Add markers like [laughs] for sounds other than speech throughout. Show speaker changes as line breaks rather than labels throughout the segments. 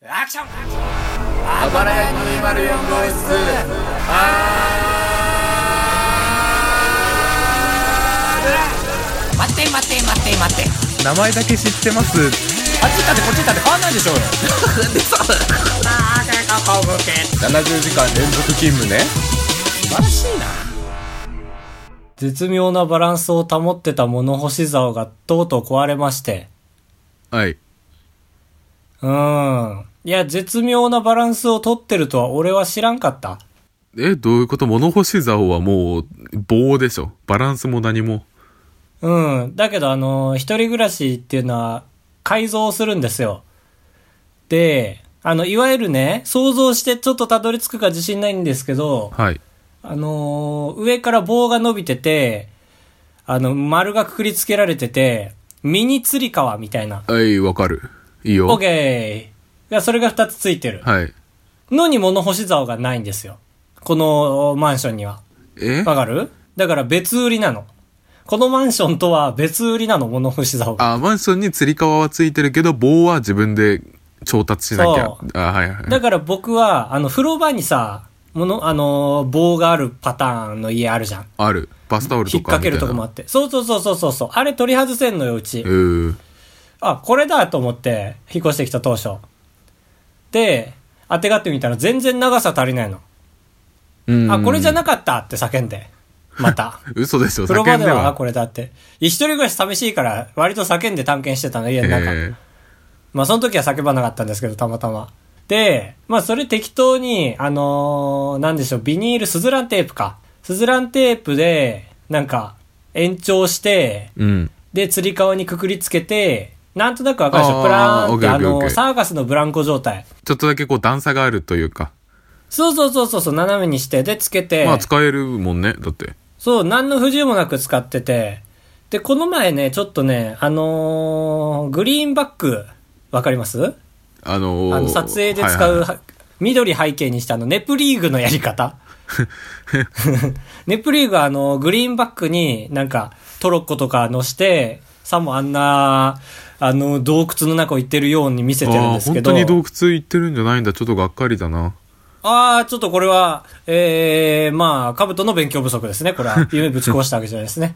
アクション
あばらや204号室
待って待って待って待って
名前だけ知ってます
あっち行ったってこっち行ったって変わんないでしょうよああ結構向け
70時間連続勤務ね
素晴らしいな
絶妙なバランスを保ってた物干し竿がとうとう壊れまして。
はい
うん。いや、絶妙なバランスをとってるとは俺は知らんかった。
えどういうこと物干し竿はもう棒でしょバランスも何も
うん。だけど、あの、一人暮らしっていうのは改造をするんですよ。で、あの、いわゆるね、想像してちょっとたどり着くか自信ないんですけど、
はい
あのー上から棒が伸びてて、あの、丸がくくりつけられてて、ミニ釣り革みたいな。
はいわかるいい
オッ
よ
ケー。いやそれが二つついてる。
はい
のに物干し竿がないんですよ。このマンションには。
え
わかるだから別売りなの。このマンションとは別売りなの、物干し竿が。
あマンションに吊り革はついてるけど棒は自分で調達しなきゃ
そ
あはいはい
だから僕は、あの、風呂場にさ、もの、あのー棒があるパターンの家あるじゃん。
あるバスタオル
引っ
とか
掛
みた
け
いな
るとこもあって。そうそうそうそうそうそう。あれ取り外せんのよ、うち
う。ー
あ、これだと思って、引っ越してきた当初。で、当てがってみたら全然長さ足りないの。
うん
あ、これじゃなかったって叫んで。また。
嘘でしょ
風呂場で
叫ん
は、あこれだって。一人暮らし寂しいから、割と叫んで探検してたの、家の中。
えー
まあ、その時は叫ばなかったんですけど、たまたま。で、まあ、それ適当に、あのーなんでしょう、ビニールスズランテープか。スズランテープで、なんか、延長して、
うん
で、釣り革にくくりつけて、なんとなくわかるでし
あ
ょ
ー
プラーンって、
オッケー
あ
オッケーオッ
の
ケー
ーサーカスのブランコ状態。
ちょっとだけこう段差があるというか
そうそうそうそうそう、斜めにして、で、つけて。
まあ使えるもんねだって
そう、何の不自由もなく使ってて。で、この前ね、ちょっとね、あのーグリーンバック、わかります
あのー
あの、撮影で使、
はいうはい
は緑背景にしたあの、ネプリーグのやり
[laughs]
方。ネプリーグはあの、グリーンバックになんか、トロッコとか乗して、さもあんな、あの、洞窟の中を行ってるように見せてるんですけど。
あー本当に洞窟行ってるんじゃないんだちょっとがっかりだな
ああ、ちょっとこれは、ええまあ、兜の勉強不足ですね。これ
[laughs]
は、夢ぶち壊したわけじゃないですね。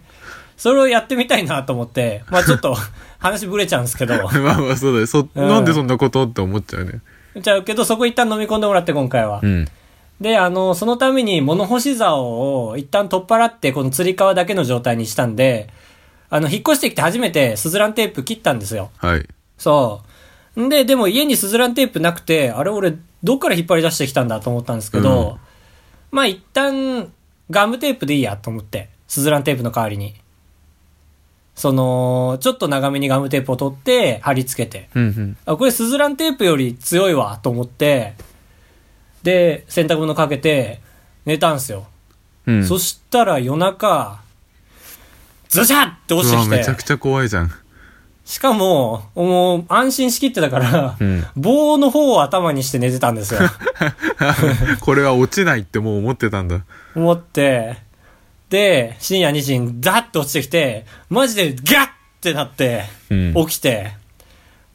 それをやってみたいなと思って、
[laughs]
まあちょっと、話ぶれちゃうんですけど、
まあまあそうだよそ、
うん
なんでそんなことって思っちゃうね
ちゃうけど、そこ一旦飲み込んでもらって、今回は。
うん
で、あの、そのために物干し竿を一旦取っ払って、この釣り革だけの状態にしたんで、あの、引っ越してきて初めてスズランテープ切ったんですよ。
はい
そう。んで、でも家にスズランテープなくて、あれ俺、どっから引っ張り出してきたんだと思ったんですけど、まあ一旦、ガムテープでいいやと思って、スズランテープの代わりに。その、ちょっと長めにガムテープを取って、貼り付けて。
うんうん
あ、これスズランテープより強いわ、と思って、で、洗濯物かけて、寝たんすよ。
うん
そしたら夜中、ズシャッって落ちて
うわめちゃ
き
く
て、
ちゃ怖いじゃん [laughs]
しかも、もう安心しきってたから、
ん
棒の方を頭にして寝てたんです
[laughs]
よ。
これは落ちないってもう思ってたんだ
思って、で、深夜2時にザッと落ちてきて、マジでガッってなって、
うん
起きて、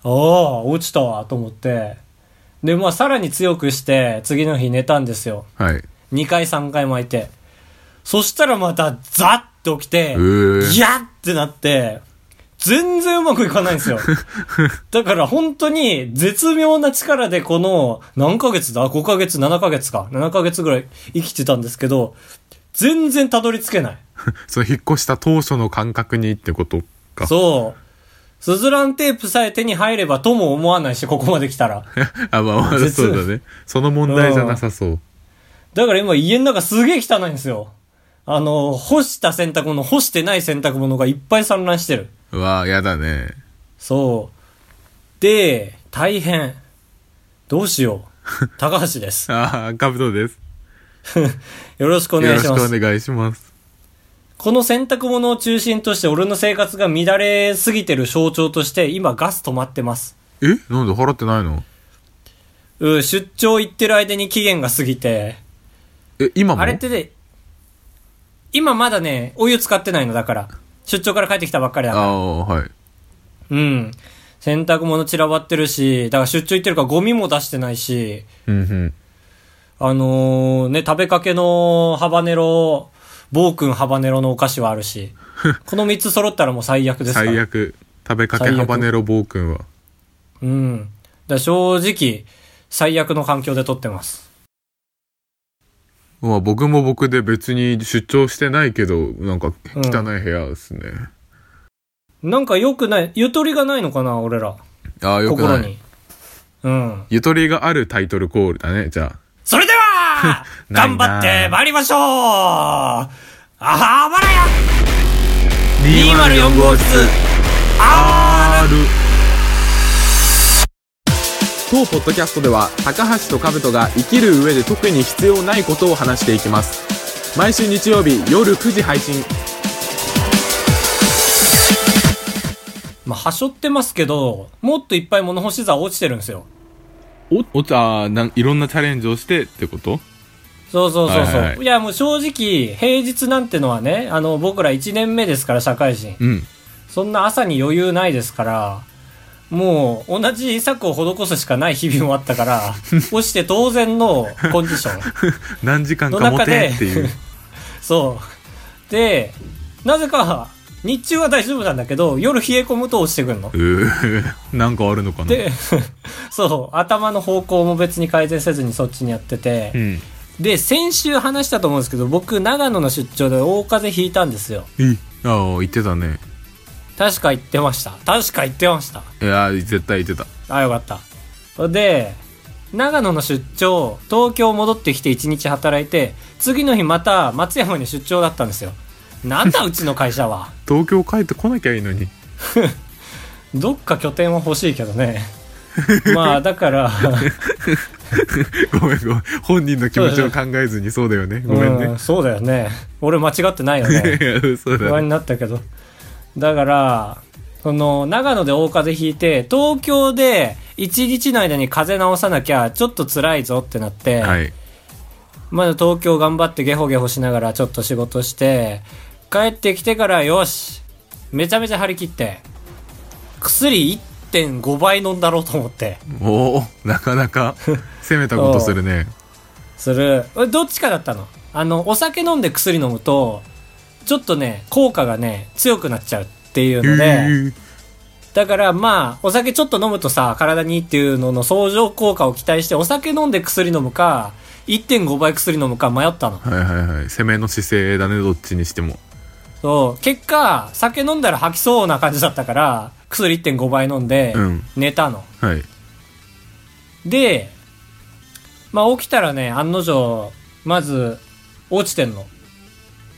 ああ、落ちたわ、と思って。で、まあ、さらに強くして、次の日寝たんですよ。
はい [laughs]
2回3回巻いて。そしたらまた、ザッと起きて、
ー
ギャッってなって、全然うまくいかないんですよ。だから本当に絶妙な力でこの何ヶ月だ ?5 ヶ月、7ヶ月か。7ヶ月ぐらい生きてたんですけど、全然たどり着けない。
その引っ越した当初の感覚にってことかう
そう。スズランテープさえ手に入ればとも思わないし、ここまで来たら。
[laughs] あまあまあ
実
そうだねその問題じゃなさそう
だから今家の中すげえ汚いんですよ。あの、干した洗濯物、干してない洗濯物がいっぱい散乱してる。
うわやだね
そう。で、大変。どうしよ
[laughs]
う。高橋です。
ああカブトです
よろしくお
よ
願
ろ
い
し
し
く
ま
お
す。
願いします
この洗濯物を中心として俺の生活が乱れすぎてる象徴として今ガス止まってます。
えなんで払ってないの
うん出張行ってる間に期限が過ぎて。
え今も
あれってで、今まだね、お湯使ってないのだから。出張から帰ってきたばっかりだから
ああはい
うん。洗濯物散らばってるし、だから出張行ってるからゴミも出してないし、
うんうん。
あのーね、食べかけのハバネロ、暴君ハバネロのお菓子はある
[laughs]
し、この3つ揃ったらもう最悪ですから。
最悪。食べかけ
最悪
ハバネロ暴君は。
うん。だから正直、最悪の環境で撮ってます。
まあ僕も僕で別に出張してないけど、なんか汚い部屋ですね。
なんか良くない、ゆとりがないのかな、俺ら。
ああ、よく
心
ない。
に。うん。
ゆとりがあるタイトルコールだね、じゃ
それでは
[laughs] ない
頑
な
張って参りましょうあはばらや
あ。
204号室あ
R。
当ポッドキャストでは高橋と兜が生きる上で特に必要ないことを話していきます毎週日曜日夜9時配信
まあ、はしょってますけど、もっといっぱい物干し座落ちてるんですよ。
お、お茶、なん、いろんなチャレンジをしてってこと
そうそうそうそう。
はい
い
はい
や、もう正直、平日なんてのはね、あの、僕ら1年目ですから、社会人。
うん。
そんな朝に余裕ないですから、もう、同じ策を施すしかない日々もあった
[laughs]
から、落ちて当然のコンディション。
何時間
の
か持
中
て
で
っ
[laughs]
ていう。
そう。で、なぜか、日中は大丈夫なんだけど、夜冷え込むと落ちてくるの
う。ーなんかあるのかな
で、 [laughs] そう、頭の方向も別に改善せずにそっちにやってて、
うん。
で、先週話したと思うんですけど、僕、長野の出張で大風邪ひいたんですよ。
いああ、言ってたね。
確か言ってました。確か言ってました。
いやー、絶対言ってた。
あ、よかった。で、長野の出張、東京戻ってきて1日働いて、次の日また松山に出張だったんですよ。なんだ、うちの会社
[laughs]
は。
東京帰ってこなきゃいいのに。
どっか拠点は欲しいけど
[laughs]
ね。まあだから、
ごめんごめん。本人の気持ちを考えずにそうだよね。ごめん
う
ね
ん。そうだよね。俺間違ってないよね。
いや、 [laughs] そ
不
うだ
安
ね。
になったけど。だから、その、長野で大風邪ひいて、東京で1日の間に風邪治さなきゃちょっと辛いぞってなって、
はい。
まだ東京頑張ってゲホゲホしながらちょっと仕事して、帰ってきてからよしめちゃめちゃ張り切って、薬1.5倍飲んだろうと思って。
おおなかな
[laughs]
か攻めたことするね。
するえどっちかだったのあのお酒飲んで薬飲むとちょっとね効果がね強くなっちゃうっていうので
へー
だからまあお酒ちょっと飲むとさ体にいいっていうのの相乗効果を期待してお酒飲んで薬飲むか1.5倍薬飲むか迷ったの
はいはいはい。攻めの姿勢だね、どっちにしても。
そう結果酒飲んだら吐きそうな感じだったから薬1.5倍飲んで
うん
寝たの、
はい。
でまあ起きたらね案の定まず落ちてんの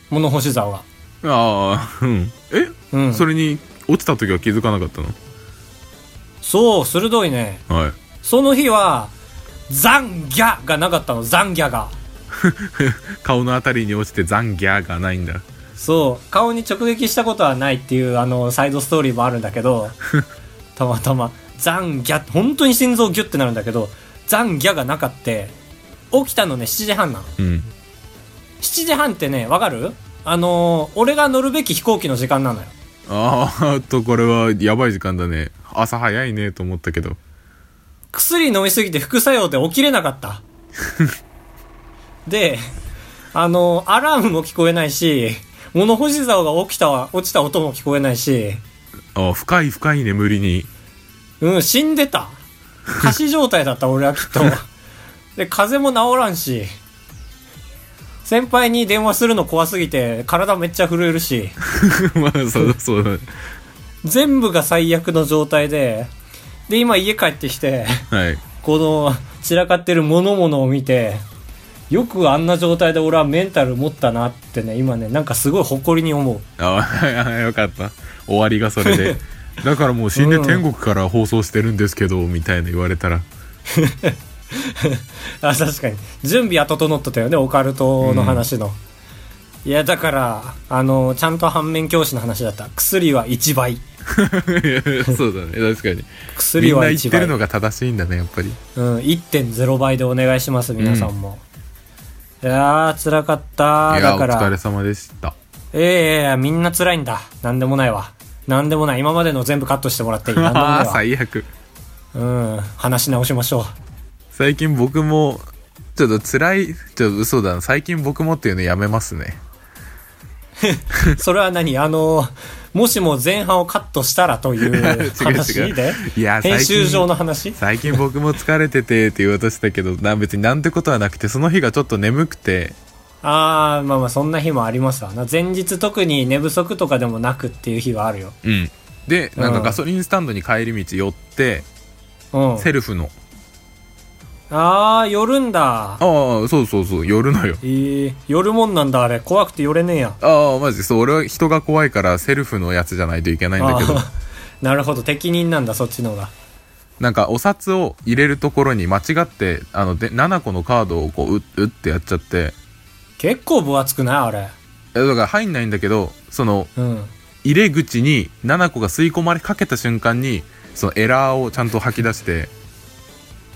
物干し竿が
ああ、うん。え、
うん
それに落ちた時は気づかなかったの
そう、鋭いね。
はい。
その日は、残ャがなかったの、残ャが。
顔のあたりに落ちて残ギャーがないんだ。
そう、顔に直撃したことはないっていう、あの、サイドストーリーもあるんだけど、たまたま、残ャ本当に心臓ギュッてなるんだけど、残ャがなかって、起きたのね、7時半なの。
うん。
7時半ってね、わかるあのー俺が乗るべき飛行機の時間なのよ。
ああ、あとこれはやばい時間だね。朝早いねと思ったけど。
薬飲みすぎて副作用で起きれなかった。で、あの、アラームも聞こえないし、物干し竿が起きた、落ちた音も聞こえないし、
ああ、深い深い眠りに。 [laughs]
うん、死んでた。仮死状態だった、俺はきっと。で、風邪も治らんし、先輩に電話するの怖すぎて、体めっちゃ震えるし、
まあ、そうだそうだ。
全部が最悪の状態で、で、今家帰ってきて、
はい。
この散らかってる物々を見てよくあんな状態で俺はメンタル持ったなってね今ねなんかすごい誇りに思う
ああ、 [laughs] よかった。終わりがそ
[laughs]
れで。だからもう死んで天国から放送してるんですけど、みたいな言われ
[laughs]
たら。
あ確かに準備は整ってたよねオカルトの話の、いやだからあのちゃんと反面教師の話だった薬は1倍
いやそうだね、確かに。み
薬
ん
は
な言っ
1
て
倍
るのが正しいんだね、やっぱり。
うん、1.0倍でお願いします皆さんも、いやー辛かった
いや、
だ
お
か
疲れ
ら
様でした。
ええええみんな辛いんだなんでもないわなんでもない。今までの全部カットしてもらっていい。なんでも
[laughs] あ
な
あ
いわ。
最悪
うん。話し直しましょう。 [laughs]
最近僕もちょっと辛いちょっと嘘だな最近僕もっていうのやめますね
それは何あの、もしも前半をカットしたらとい
違う違 [laughs]
う
う
話で
いや最近
編集上の話
最近僕も疲れててって言おうとしたけど [laughs] な別になんてことはなくてその日がちょっと眠くて
ああ、まあまあそんな日もありますわな。前日特に寝不足とかでもなくっていう日はあるよ。
うんでなん
う
か
ん
ガソリンスタンドに帰り道寄って
うん。
セルフの
ああ、寄るんだ。
ああそうそうそう寄るのよ
えー、寄るもんなんだあれ。怖くて寄れねえや。
ああマジそう俺は人が怖いからセルフのやつじゃないといけないんだけど
あー [laughs] なるほど。適任なんだ、そっちの方が。
なんかお札を入れるところに間違ってあので7個のカードをこうううってやっちゃって
結構分厚くないあれ。
えだから入んないんだけどその
うん。
入れ口に7個が吸い込まれかけた瞬間にそのエラーをちゃんと吐き出して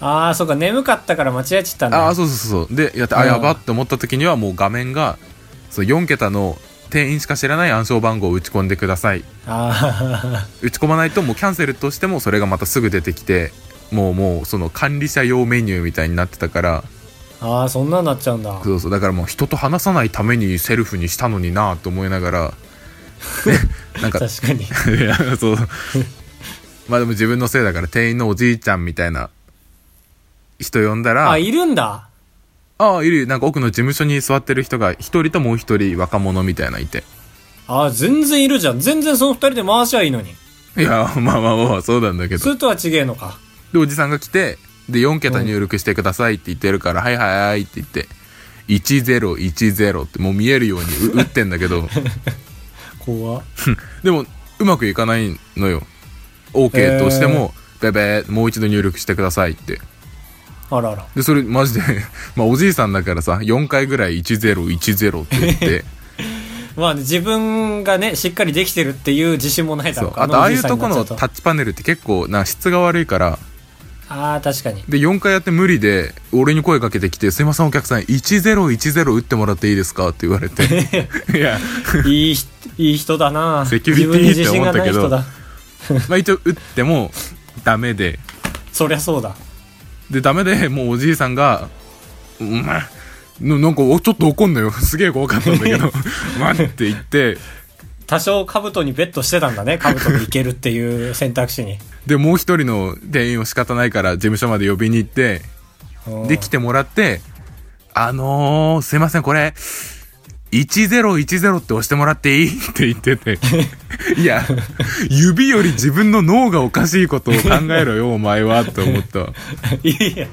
ああ、そうか。眠かったから間違えちゃったんだ。
ああそうそうそうそうでやってあ
うん
やばって思った時にはもう画面がその4桁の店員しか知らない暗証番号を打ち込んでください
あ
打ち込まないともうキャンセルとしてもそれがまたすぐ出てきてもうもうその管理者用メニューみたいになってたか
ー
ら
[laughs] あー、そんなんなっちゃうんだ。
そうそうだからもう人と話さないためにセルフにしたのになぁと思いながら、 [laughs] ね、なんか [laughs]
確かに。
いやそうまあでも自分のせいだから店員のおじいちゃんみたいな人呼んだら
あ、いるんだ。
ああいるなんか奥の事務所に座ってる人が一人ともう一人若者みたいないて
あ、全然いるじゃん。全然その二人で回しはいいのに。
いやまあまあまあまあそうなんだけ
そ
ど
れとは違えのか。
でおじさんが来てで4桁入力してくださいって言ってるから、はいはいはいって言って1010ってもう見えるように
[laughs]
う打ってんだけど
怖
でもうまくいかないのよ OK としても、ベベもう一度入力してくださいって
あらあら。
でそれマジで [laughs] まあおじいさんだからさ4回ぐらい1010って言って
[laughs] まあ、ね、自分がね、しっかりできてるっていう自信もないだ
そ
ろ
う
うから
あとああいうとこ
あのお
の
じいさんになっちゃうと
タッチパネルって結構な質が悪いから
あー、確かに。
で4回やって無理で俺に声かけてきて「すいませんお客さん1010打ってもらっていいですか?」って言われて [laughs] いや [laughs]
いいひ、いい人だな
セキュリティ
自分に自信がない人
って思
だ
っ。まあ一応打ってもダメで
そりゃそうだ。
でダメでもうおじいさんが「お前ななんかおちょっと怒んのよすげえ怖かったんだけ [laughs] ど待って」言って
多少兜にベットしてたんだね。兜でいけるっていう選択肢に。 [laughs]
でもう一人の店員を仕方ないから事務所まで呼びに行って
うん
できてもらって「あのー、すいませんこれ1010って押してもらってい [laughs] い?」って言って
[laughs]
ていや指より自分の脳がおかしいことを考えろよ [laughs] お前はと
[laughs]
思った
いいや、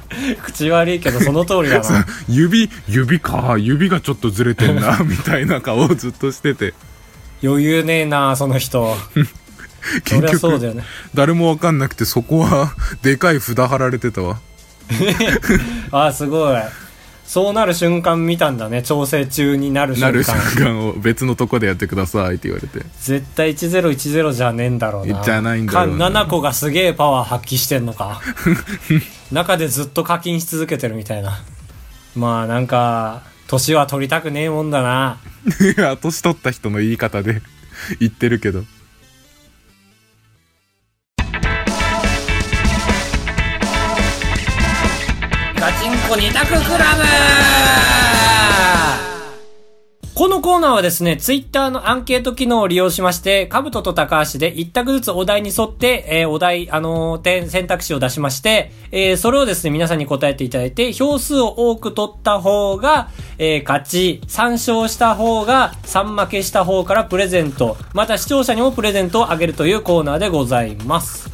口悪いけどその通りだな。
指指か指がちょっとずれてん
[laughs]
なみたいな顔をずっとしてて
余裕ねえな、その人。そ
結
りゃそうだ
局
よね。
誰もわかんなくてそこはでかい札貼られてたわ
あー、すごい。そうなる瞬間見たんだね。調整中になる
な
瞬
る瞬
間。
間を別のとこでやってくださいって言われ [laughs] て
絶対1010じゃねえんだろうな。
じゃないんだろうな
か7個がすげえパワー発揮してんの
[laughs]
か。中でずっと課金し続けてるみたいな。まあなんか、年は取りたくねえもんだな。
いや年取った人の言い方で [laughs] 言ってるけど
ガチンコ二択クラブこのコーナーはですね、ツイッターのアンケート機能を利用しまして、カブトと高橋で一択ずつお題に沿って、えーお題、あのー点、選択肢を出しまして、えーそれをですね、皆さんに答えていただいて、票数を多く取った方が、えー勝ち、3勝した方が、3負けした方からプレゼント、また視聴者にもプレゼントをあげるというコーナーでございます。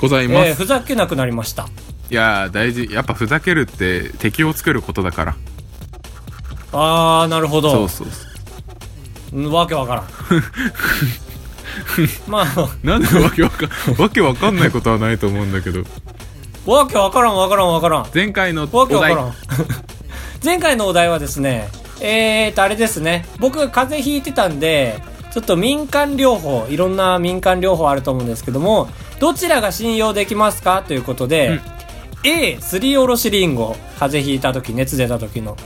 ございます、
えーふざけなくなりました。
いやー大事やっぱふざけるって敵を作ることだから
あー、なるほど。
そうそうそ
うんわけわからん [laughs] まあ
うなんでわけわか [laughs] んわけわかんないことはないと思うんだけど
わけわからんわからんわからん
前回のお
わけわか
題
らん [laughs] 前回のお題はですねえーとあれですね僕風邪ひいてたんでちょっと民間療法いろんな民間療法あると思うんですけどもどちらが信用できますかということで、A すりおろしりんご風邪ひいた時熱出た時の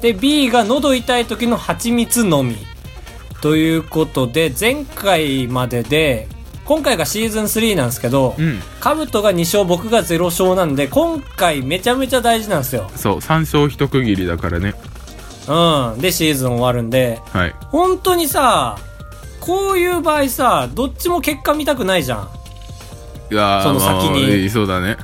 で B が喉痛い時の蜂蜜のみということで、前回までで、今回がシーズン3なんですけど、
うん
カブトが2勝、僕が0勝なんで、今回めちゃめちゃ大事なんですよ。
そう3勝一区切りだからね
うん。で、シーズン終わるんで、
はい
本当にさ、こういう場合さ、どっちも結果見たくないじゃん。
いやー
その先に
まあいいそうだね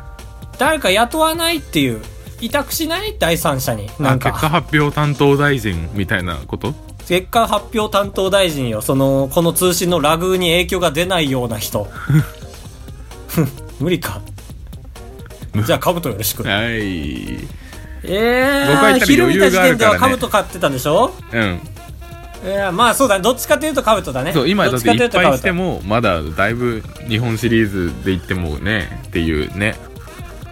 誰か雇わないっていう、委託しない第三者に。なん
あ結果
か、
発表担当大臣みたいなこと
結果発表担当大臣よ。その、この通信のラグに影響が出ないような人。 [laughs] ふん無理か。じゃあ、カブトよろしく。
はい
え
僕は
ー、
言ったら
昼見
余
た
裕
時
があ
点
る
で
から
は
ね
カブト買ってたんでしょ
うん
いや、まあそうだね。どっちかというとカブトだね。
そう今
ど
だ
っ
っ
ち
て
かとい
いっ
うと
ぱ
カ
い
ブ
し
ト
て。もまだだいぶ日本シリーズで言ってもねっていうね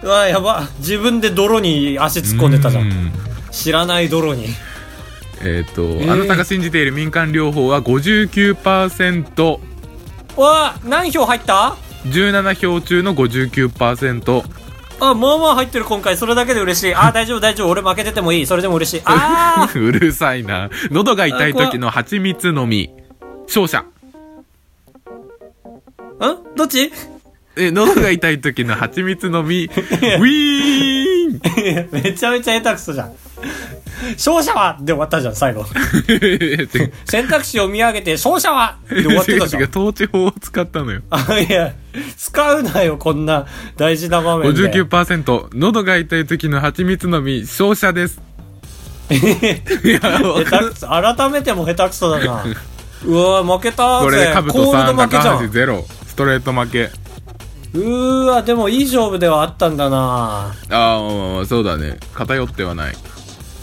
うわ、やば。自分で泥に足突っ込んでたじゃ。
うん
知らない泥に。
えっ、と、
ー
あなたが信じている民間療法は59%
うわ、何票入った
17票中の59%
あ、まあまあ入ってる今回。それだけで嬉しい。あ、大丈夫大丈夫。俺負けててもいい。それでも嬉しい。あ
[laughs] うるさいな喉が痛い時の蜂蜜のみ勝者 [laughs]
ーんどっち
え喉が痛い時の蜂蜜
[laughs]
のみウィーン
めちゃめちゃ下手くそじゃん。勝者はで終わったじゃん、最後。
違う
選択肢を見上げて、勝者はで終わってたじゃ。
[laughs] 違うん統治法を使ったのよ
あ、いや、使うなよ、こんな大事な場面で。
59%喉が痛い時の蜂蜜のみ勝者ですいやわ
[laughs]
か
下手
る
くそ改めても下手くそだなうわ負けたー
これでカブト
コー
さ
ル
ん
ド負けじゃ
高橋
ん
ゼロストレート負け
うーわでもいい勝負ではあったんだな
あーそうだね偏ってはない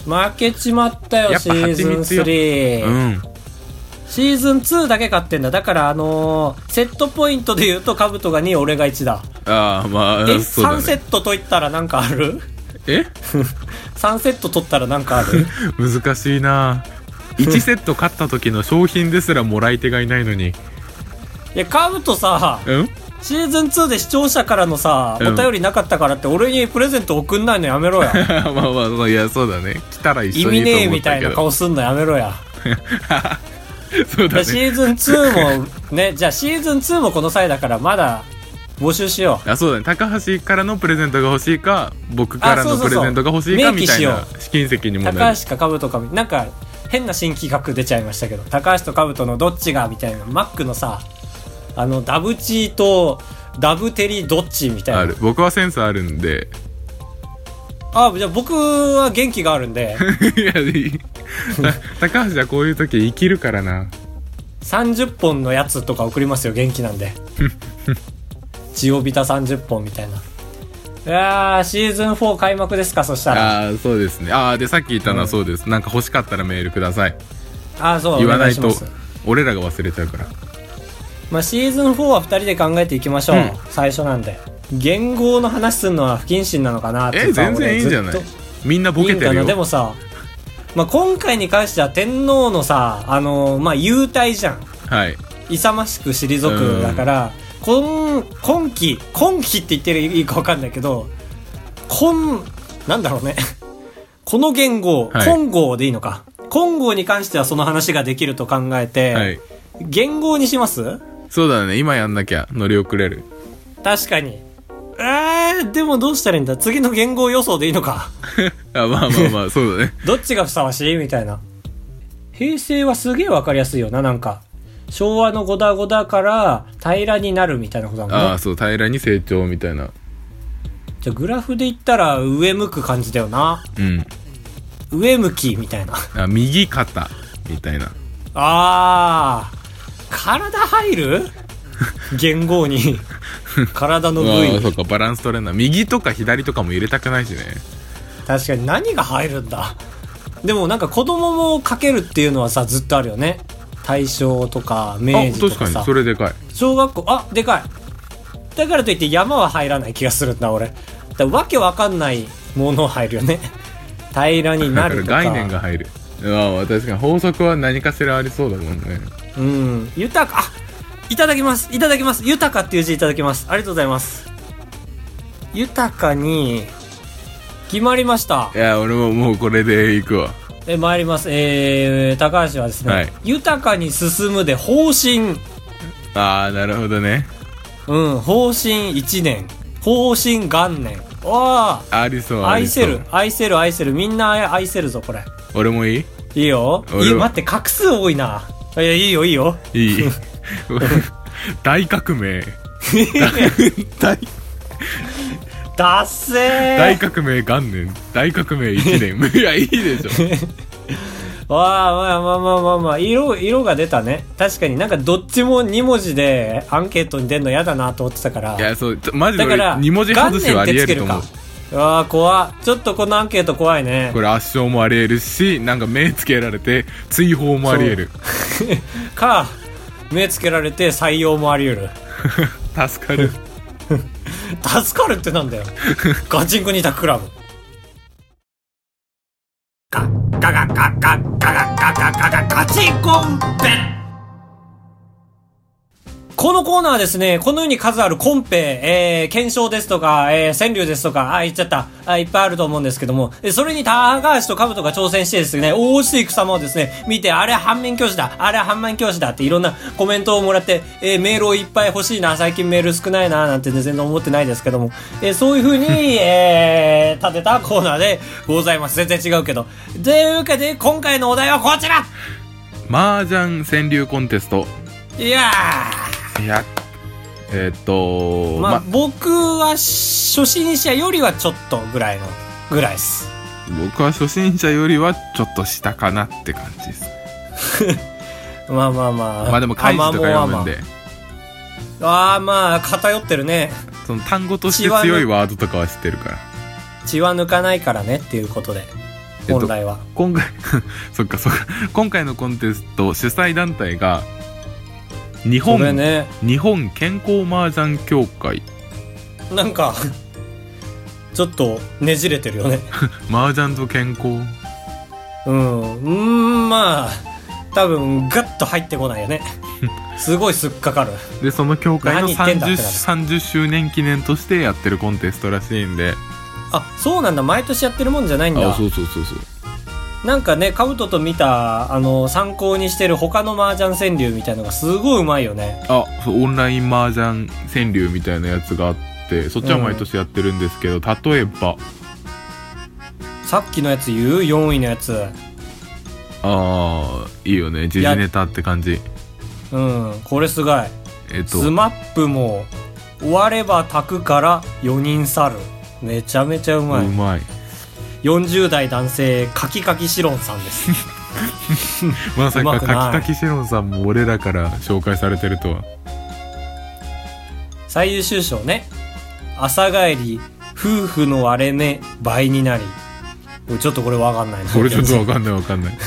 負けちまったよ
やっ
シ
ぱ
ーズン
蜂蜜よ
3、
うん
シーズン2だけ勝ってんだだからあのーセットポイントで言うとカブトが2俺が1だ
ああま
え、
あそうだ
3セ
ね
ットと言ったらなんかある [laughs]
え
3セット取ったらなんかあ
[laughs]
る
難しいな1セット勝った時の商品ですらもらい手がいないのに
いやカブトさ
うん [laughs]
シーズン2で視聴者からのさ
うん
お便りなかったからって俺にプレゼント送んないのやめ
[laughs]
ろや
まあまあまあいやそうだね来たら一
意
緒に
味
と
ねえ
思っ
みた
た
い
け
な
ど
顔すんのやめろや
そう
[laughs]
だ
シ
ね
ーズン2もねじゃあシーズン2もこの際だからまだ募集しよ
あそうだね高橋からのプレゼントが欲しいか僕から
あそう
の
そうそう
プレゼントが欲しいか
明
み
記
たい
しよう
な試金石に
う
もな
高
る
橋か兜かなんか変な新企画出ちゃいましたけど高橋と兜のどっちがみたいなマックのさあのダブチーとダブテリどっちみたいな
ある僕はセンスあるんで
あじゃあ僕は元気があるん
[laughs]
で
いやいいた高橋はこういう時生きるからな
30本のやつとか送りますよ元気なん
[laughs]
で血をびた30本みたいないやーシーズン4開幕ですかそしたら
ああそうですねああでさっき言ったのはそうです、なんか欲しかったらメールください
ああそう
言わない
お願
と
します
俺らが忘れちゃうから
まあ、シーズン4は2人で考えていきましょう、
うん
最初なんで言語の話するのは不謹慎なのかなって
え全然いいんじゃないみんなボ
ボ
ケ
ケ
て
てる
るよ
でもさ、まあ、今回に関しては天皇のさあのーまあ幽体じゃん
はい
勇ましく退くだから、今今期今期って言ってるいいか分かんないけど今なんだろうね [laughs] この言語、
はい
今号でいいのか今号に関してはその話ができると考えて、
はい
言語にします
そうだね今やんなきゃ乗り遅れる
確かに。えー、でもどうしたらいいんだ次の言語予想でいいのか [laughs]
あまあまあまあそうだね
どっちがふさわしいみたいな。平成はすげえわかりやすいよな、なんか。昭和のゴダゴダから平らになるみたいなことだもん
あ
ね
あ。そう平らに成長みたいな
じゃあグラフで言ったら上向く感じだよな。
うん
上向きみたいな。
あ右肩みたいな
あー。体入る言語に。体の
あ
部
あそ
位。
うかバランス取れんな右とか左とかも入れたくないしね
確かに何が入るんだでもなんか子供もかけるっていうのはさずっとあるよね大正とか明
あ
治と
確
か
か
さ
にそれでかい
小学校あでかいだからといって山は入らない気がするんだ俺だからわけわかんないもの入るよね平らにな
だか
る
ら
とか
概念が入るああ確かに法則は何かしらありそうだもんね
うん豊かあいただきますいただきます豊かっていう字いただきますありがとうございます豊かに決まりました
いや俺ももうこれでいくわ
え参ります。えー、高橋はですね、
はい
豊かに進むで方針、
ああ、なるほどね。
うん、方針1年、方針元年。わ
ありそう。
あ、
あり
愛
そう
せる、愛せる、愛せる。みんな愛せるぞ、これ。
俺もいい
いいよ。
俺はい
い待って、画数多いな。いや、いいよ、いいよ。
い
[laughs]
い。大革命。大
だっせー
大革命元年。大革命一年。
[laughs]
いや、いいでしょ。
わあまあまあまあまあまあ色色が出たね確かになんかどっちも2文字でアンケートに出るの嫌だなと思ってたから
いや、そう、ちょマジで
だから
俺、二文字外しはあり得ると思う
元年って。つけるかわあ怖っちょっとこのアンケート怖いね
これ圧勝もあり得るし、なんか目つけられて、追放もあり得る。
か目つけられて採用もあり得る
助かる。
助かるってなんだ
[laughs]
よガチンコにタクラブガガガガガガガガガガガチンコンペこのコーナーはですね、このように数あるコンペ、えー、検証ですとか、えー、川柳ですとか、あ、言っちゃった、あ、いっぱいあると思うんですけども、えそれに高橋と兜が挑戦してですね、応募していく様をですね、見て、あれ反面教師だ、あれ反面教師だっていろんなコメントをもらって、えー、メールをいっぱい欲しいな、最近メール少ないな、なんて全然思ってないですけども、えー、そういう風に、えー、立てたコーナーでございます。全然違うけど。というわけで、今回のお題はこちら
麻雀川柳コンテスト。
いやー
いや、えーっと、
まあ、
ま、
僕は初心者よりはちょっとぐらいのぐらいです
僕は初心者よりはちょっと下かなって感じです。
まあまあまあ
まあでも、開示とか読むんで、
あーまあ偏ってるね
その単語として強いワードとかは知ってるから。
血は抜かないからねっていうことで
えっと
本来は、
今回 [laughs] そっかそっか今回のコンテスト主催団体が日
そ
本、
れね
日本健康麻雀協会
なんか [laughs] ちょっとねじれてるよね
麻雀と健康
うんうーんまあ多分ガッと入ってこないよ
[laughs]
ねすごいすっかかる
でその協会の
何言ってん
30,
だってなる
30周年記念としてやってるコンテストらしいんで
あそうなんだ毎年やってるもんじゃないんだ
うそうそうそう
なんかね、カブトと見た、あの、参考にしてる他の麻雀川柳みたいのがすごいうまいよね。
あそうオンライン麻雀川柳みたいなやつがあってそっちは毎年やってるんですけど、例えば
さっきのやつ言う ?4 位のやつ。
あーいいよね時事ネタって感じ
うん、これすごい。
えっと
スマップも、終われば炊くから4人去る。めちゃめちゃうまい。
うまい
40代男性、カキカキシロンさんです。 [laughs]
まさ
うま
か
くない
カキカキシロンさんも俺らから紹介されてるとは
最優秀賞ね。朝帰り、夫婦の割れ目、倍になり。おいちょっとこれわかんないな。
俺ちょっとわかんないわかんない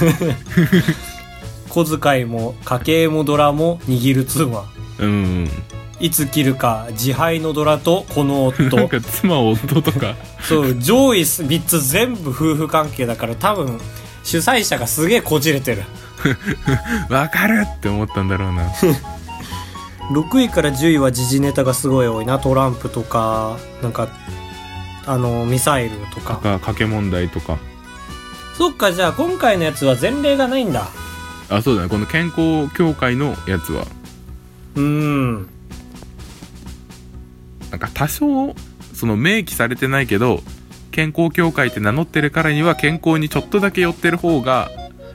小遣いも、家計もドラも、握る妻。
うん
いつ切るか自敗のドラとこの
なん
夫
か妻夫とか
そう上位3つ全部夫婦関係だから多分主催者がすげえこじれてる
わかるって思ったんだろうな
6位から10位は時事ネタがすごい多いなトランプとかなんかあのミサイルとか
か賭け問題とか
そっかじゃあ今回のやつは前例がないんだ
あそうだねこの健康協会のやつは
うーん
なんか多少その明記されてないけど健康協会って名乗ってるからには健康にちょっとだけ寄ってる方が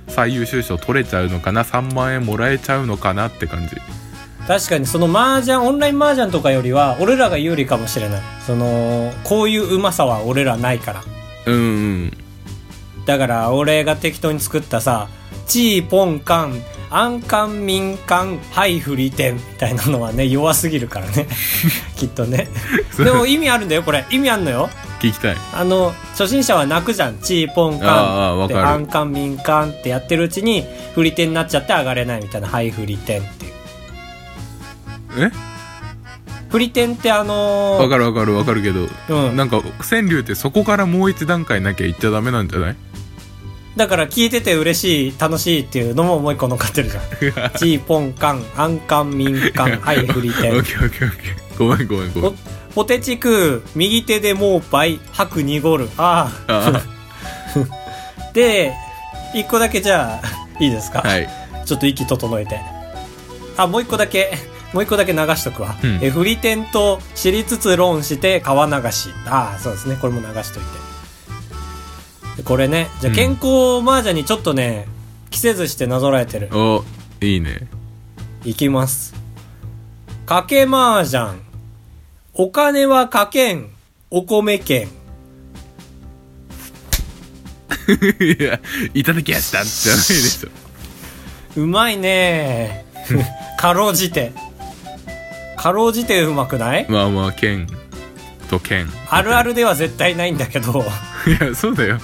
最優秀賞取れちゃうのかな3万円もらえちゃうのかなって感じ
確かにその麻雀オンライン麻雀とかよりは俺らが有利かもしれないそのこういううまさは俺らないから
うんうん
だから俺が適当に作ったさ「チーポンカン」「アンカン民間ハイフリテン」みたいなのはね弱すぎるから
[laughs]
ねきっとねでも意味あるんだよこれ意味あるのよ
聞きたい
あの初心者は泣くじゃん「チーポン
ああ
カン」
わ
って
か
「
る
アンカン民間」ってやってるうちにフリテンになっちゃって上がれないみたいな「ハイフリテン」っていう
え
フリテンってあの
わ
ー
かるわかるわかるけど、
うん
なんか川柳ってそこからもう一段階なきゃいっちゃダメなんじゃない
だから聞いてて嬉しい楽しいっていうのももう一個乗っかってるじゃん
[laughs]
「チーポンカン」「アンカン民間ハイフリテン」
オッケーオッケーオッケーごめんごめんごめん
ポポテチ食う右手でもうパイ吐く濁るあ
あ
あで一個だけじゃあ、 [laughs] いいですか
はい。
ちょっと息整えて。あ、もう一個だけ、もう一個だけ流しとくわ。
うん
え、振り点と知りつつ論して川流し。ああ、そうですね。これも流しといて。でこれね、じゃあ
うん
健康マージャンにちょっとね、着せずしてなぞらえてる。
お、いいね。
いきます。かけマージャン。お金はかけん。お米券。
いや、いただきやしたじゃないでしょ。
うまいねかろうじて。かろうじてうまくない
まあまあ、剣と剣。
あるあるでは絶対ないんだけど、
いや、そう [laughs] だよ。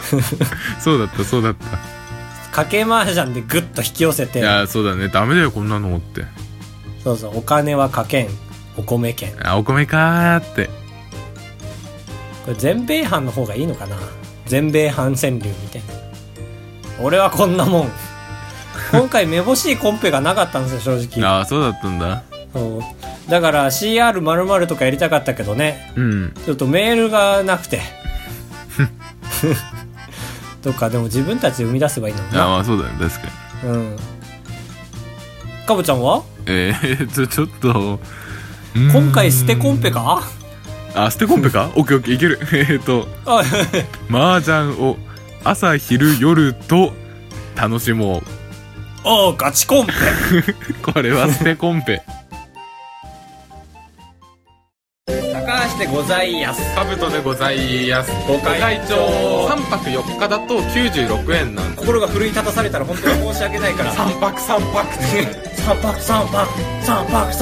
そうだった、そうだった。
かけマージャンでグッと引き寄せ
い
て、
や、そうだね。ダメだよ、こんなのって。
そうそう、お金はかけん、お米券。こ
あ、お米かーって。
れ全米藩の方がいいのかな全米藩川柳みたいな。俺はこんなもん。今回めぼしいコンペがなかったんですよ、正直。
あ、そうだったんだ。
そうだから CR○○ とかやりたかったけどね、
うん。
ちょっとメールがなくて。とか、でも自分たちで生み出せばいいの
あ、
か
まあ、そうだね。確かに。
な。うん。かぼちゃんは
えー、 [laughs] ちょ、ちょっと。
今回捨てコンペか
あ、ステコンペかオッケーオッケー、いける。 [laughs] えっと、
あ
麻雀を朝、昼、夜と楽しも
おうガチコンペ
う。こ
[laughs]
れはステコンペ。
高橋でございやす
カブトでございます
ご会長
3泊4日だと96円なんで
心が奮い立たされたら本当に申し訳ないから三
泊3泊
泊三泊三泊三泊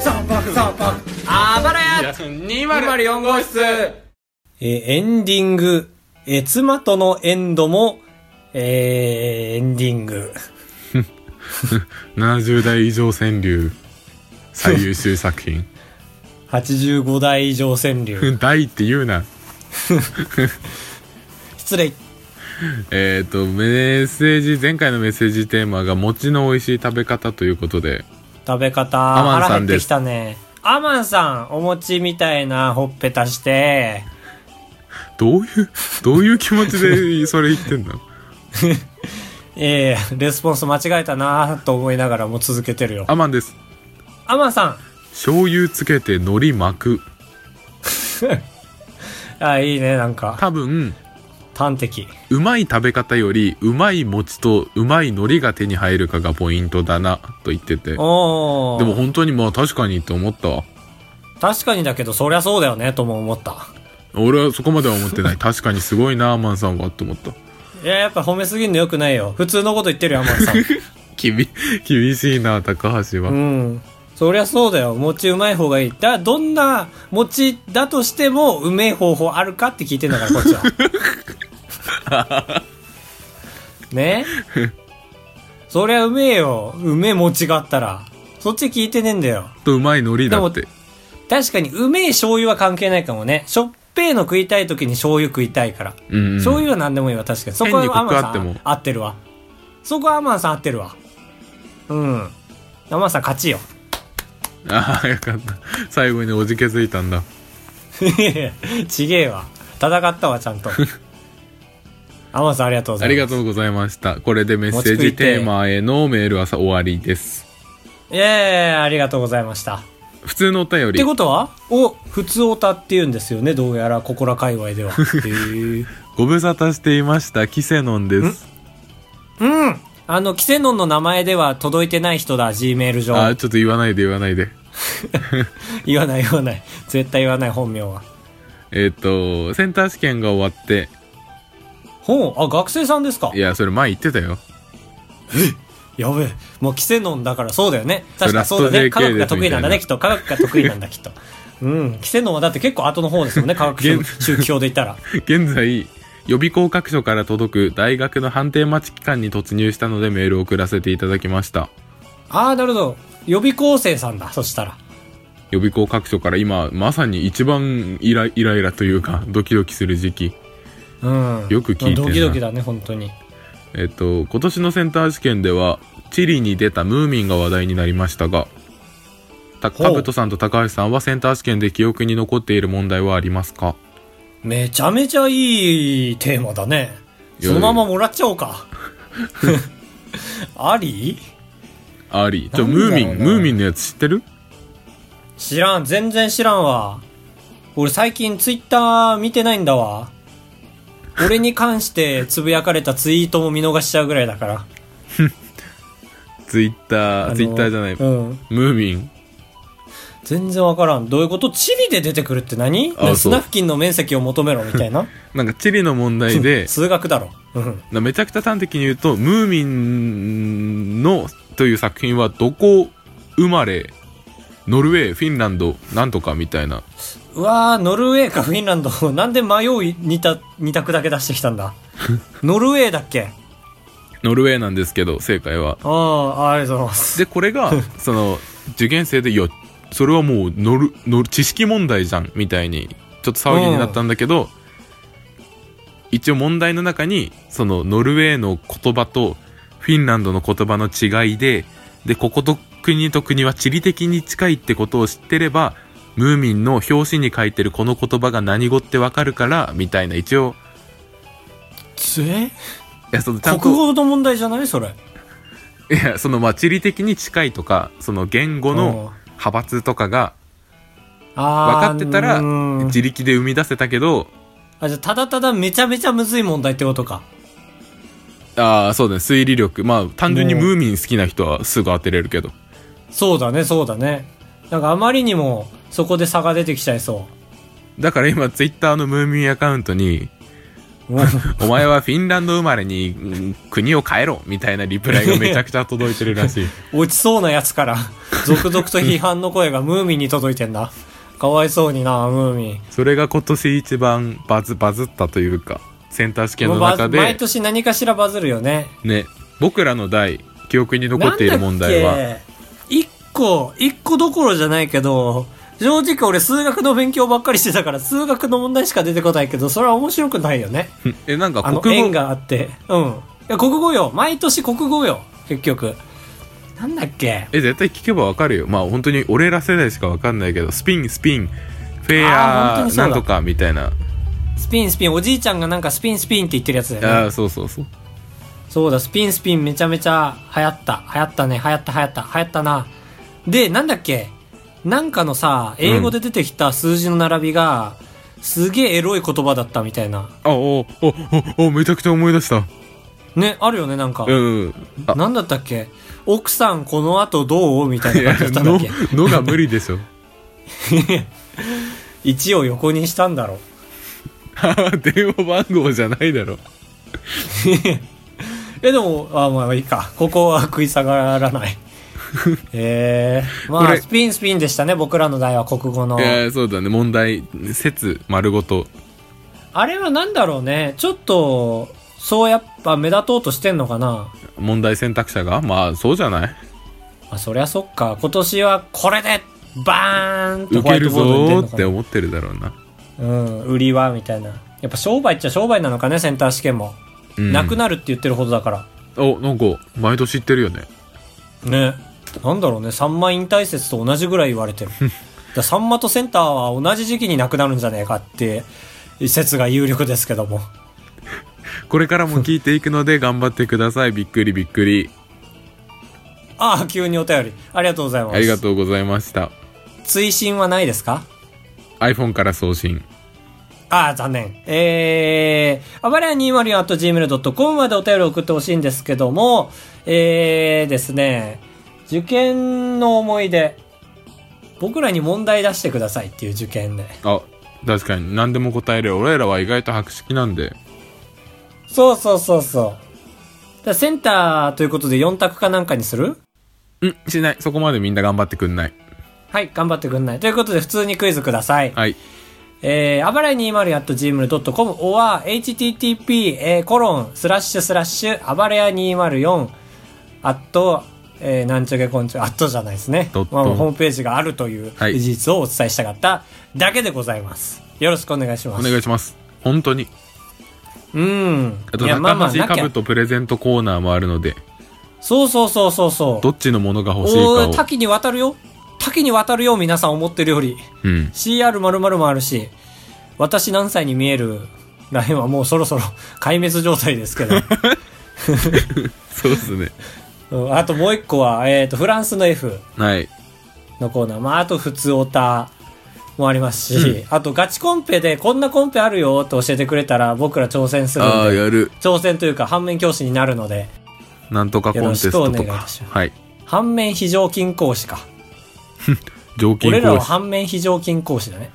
三泊三泊あばらや
204号室
えーエンディングえー妻とのエンドもえーエンディング
70代以上川柳最優秀作品
85代以上川柳
[laughs] 大って言うな
失礼
えっ、とメッセージ前回のメッセージテーマが餅の美味しい食べ方ということで
食べ方
マン
腹
さ
減
ん
って
で
き
す
たねアマンさんお餅みたいなほっぺたして
どう [laughs] いうどういう気持ちでそれ言ってんの
ええレスポンス間違えたなと思いながらも続けてるよ。
アマンです
アマンさ
醤油つけて海苔巻く
ん。あ、いいね、なんか。
多分
端的。
うまい食べ方よりうまい餅とうまい海苔が手に入るかがポイントだなと言っててでも
おー。でも、
本当にまあ確かにと思ったわ
確かにだけど、そりゃそうだよね、とも思った。
俺はそこまでは思ってない確かにすごいなアマンさんはと思った
いや、やっぱ褒めすぎんのよくないよ。普通のこと言ってるよ、アマンさん。
厳厳しいな高橋は、
うん。そりゃそうだよ。餅うまい方がいい。だ、どんな餅だとしても、うめえ方法あるかって聞いてんだから、こっちは。
[laughs]
ねそりゃうめえよ。うめえ餅があったら。そっち聞いてねえんだよ。
とうまい海苔だって
で確かに、うめえ醤油は関係ないかもね。しょっぺーの食いたい時に醤油食いたいから。
うんうん
醤油は何でもいいわ、確かに。そこ
変にコ
はア
ク
マンさ
あって
ん
も
合ってるわ。そこはアマンさん合ってるわ。うん。アマンさん勝ちよ。
ああよかった最後におじけづいたんだ
ちげえわ。戦ったわ、ちゃ
[laughs]
んと。アマンさんありがとうござ
あ
います。
りがとうございましたこれでメッセージテーマへのメールはさ終わりです
う。いえありがとうございました。っ
普通のお便り
てことはお、普通オタって言うんですよね、どうやら、ここら界隈
[laughs]
では。へー
ご無沙汰していましたキセノンです
うんあの、キセノンの名前では届いてない人だ、G メール上。
ああちょっと言わないで言わないで
言わない言わない絶対言わない本名は
えっ、とセンター試験が終わって
本あ学生さんですか
いやそれ前言ってたよ
やべえもうキセノンだからそうだよね確か
そ
そううだよね
ラスト
科
JK
学が得意なんだね
で
きっと科学が得意なんだきっとうんキセノンはだって結構後の方ですもんね科学宗
現
宗教で言ったら
現在予備校各所から届く大学の判定待ち期間に突入したのでメールを送らせていただきました
ああなるほど予備校生さんだそしたら
予備校各所から今まさに一番イライライラというかドキドキする時期
うん
よく聞いてんな
ドキドキだね本当に
えっと今年のセンター試験ではチリに出たムーミンが話題になりましたがた
ほう
かぶとさんと高橋さんはセンター試験で記憶に残っている問題はありますか
めちゃめちゃいいテーマだねそのままもらっちゃおう
[laughs]
か。あり
あり。ちょ、
なんだ
ム
ろう
ー
な
ミン、ムーミンのやつ知ってる
知らん、全然知らんわ。俺最近ツイッター見てないんだわ。俺に関してつぶやかれたツイートも見逃しちゃうぐらいだから。
ツイッ
あ
ター、
の
ツイッターじゃない。
うん。
ムーミン。
全然わからん。どういうことチリで出てくるって何
あそう
砂付近の面積を求めろみたい
[laughs]
な。
なんか、地理の問題で、
数学だろ。うん。
なめちゃくちゃ端的に言うと、ムーミンの、という作品は、どこ生まれ、ノルウェー、フィンランド、なんとかみたいな。
うわー、ノルウェーかフィンランド。 [laughs] なんで迷う二択二択だけ出してきたん
[laughs]
だ。ノルウェーだっけ
ノルウェーなんですけど、正解は。
ああ、ありがとうございます。
[laughs] で、これが、その、受験生で、いや、それはもう、乗る、乗る、知識問題じゃん、みたいに、ちょっと騒ぎになったんだけど、一応問題の中に、その、ノルウェーの言葉と、フィンランドの言葉の違いで、で、ここと国と国は地理的に近いってことを知ってれば、ムーミンの表紙に書いてるこの言葉が何語ってわかるから、みたいな、一応、
え
いや、その、ちゃんと
国、語の問題じゃないそれ。
いや、その、まあ、地理的に近いとか、その、言語の派閥とかが、分
あ
かってたら
うーん
自力で生み出せたけど
あ、じゃあただただめちゃめちゃむずい問題ってことか。
ああそうだね推理力まあ単純に
ね
ムーミン好きな人はすぐ当てれるけど
そうだね、そうだね。なんかあまりにもそこで差が出てきちゃいそ
だから今ツイッターのムーミンアカウントに
う。うん
「お前はフィンランド生まれにうん国を変えろ」みたいなリプライがめちゃくちゃ届いてるら
[laughs]
しい [laughs]
落ちそうなやつから、続々と批判の声がムーミンに届いてんだ。かわいそうにな、ムーミン。
[laughs] それが今年一番バズバズったというかセンター試験の中
もうバズ毎
で
年何かしらバズるよね。
ね僕らの代記憶に残っている問題
なん
は
だっけ一個、一個どころじゃないけど、正直俺数学の勉強ばっかりしてたから数学の問題しか出てこないけど、それは面白くないよね。
[laughs] えなんか
あの、
国
縁
語
があって。うん。いや、国語よ。毎年国語よ。結局。なんだっけ
え絶対聞けばわかるよまあ本当に俺ら世代しかわかんないけどスピンスピンフェ
あー本
ア
当にそう
な
だ
んとかみたいな
スピンスピン。おじいちゃんがなんかスピンスピンって言ってるやつだよ
あ
ね。
あそうそうそう
そうだ、スピンスピンめちゃめちゃ流行った。流行ったね。流行った流行った。流行ったな。で、なんだっけなんかのさ、英語で出てきた数字の並びが、すげえエロい言葉だったみたいな。
あおおおおおめちゃくちゃ思い出した
ね、あるよね、なんか。
うんあ
なんだったっけ奥さんこの後どうみたい
い
な
や
感じだったんだ
の
っけ
のが無理で
[laughs]
しょ
一を横にしたんだろう。
電話番号じゃないだろ
え、でも、あ、まあいいか。ここは食い下がら
[laughs]
ない。えー、ま
こ
あ、
れ
スピンスピンでしたね、僕らの代は国語の
い。やそうだね問題説丸ごと
あれはなんだろうね、ちょっと、そうやっぱ目立とうとしてんのかな。
問題選択肢がまあそうじゃない
まあ、そりゃそっか。今年はこれで、バーンと
受
ホワイ
ける
トボー
ぞ
ド
ー
に出る
って
のか
思ってるだろうな
な。うん、売りは、みたいな。やっぱ商売っちゃ商売なのかね、センター試験も。
うん
なくなるって言ってるほどだから。
おなんか毎年言ってるよね
ねなんだろうねサンマ引退説と同じぐらい言われ
[laughs]
てるだサンマとセンターは同じ時期になくなるんじゃねえかって説が有力ですけども
これからも聞いていくので頑張ってくださいびっくりびっくり
ああ急にお便りありがとうございます
ありがとうございました
追伸はないですか
iPhone から送信
ああ、残念。えー、あばれや 204.gmail.com までお便りを送ってほしいんですけども、えーですね、受験の思い出、僕らに問題出してくださいっていう受験で。
あ確かに何でも答えれる俺らは意外と博識なんで
そうそうそうそう。だからセンターということで4択かなんかにする
うんしないそこまでみんな頑張ってくんない
はい、頑張ってくんない。ということで、普通にクイズください。
はい
えー、あばらい 20.gmail.com or http:// えーコロンスラッシュスラッシュあばれや204アット、えー、なんちゃげこんちゃアットじゃないですね
ドッ。ト
まあ、ホームページがあるという
は
事
い
実をお伝えしたかっただけでございます。よろしくお願いしま
お
す。
願いします本当に
うん。
あと
いやまあまあ
高橋
なき
か
ゃ
ぶとプレゼントコーナーもあるので
そうそうそうそうそう。
どっちのものが欲しい
おー
かを
多岐にわたるよ多岐にわたるよ皆さん思ってるより
うん
CR○○ もあるし私何歳に見えるラインはもうそろそろ [laughs] 壊滅状態ですけど。
そうですね。
うんあともう一個は、えっ、と、フランスの F
はい。
のコーナー。まあ、あと普通オタもありますし、あとガチコンペでこんなコンペあるよって教えてくれたら僕ら挑戦するんで
ああ、やる。
挑戦というか反面教師になるので、
なんとかコンテストと
よろしくお願いい
か
たしま。
はい。
反面非常勤講師か。
上勤
俺ら
講
は
師。
反面非常勤講師だね。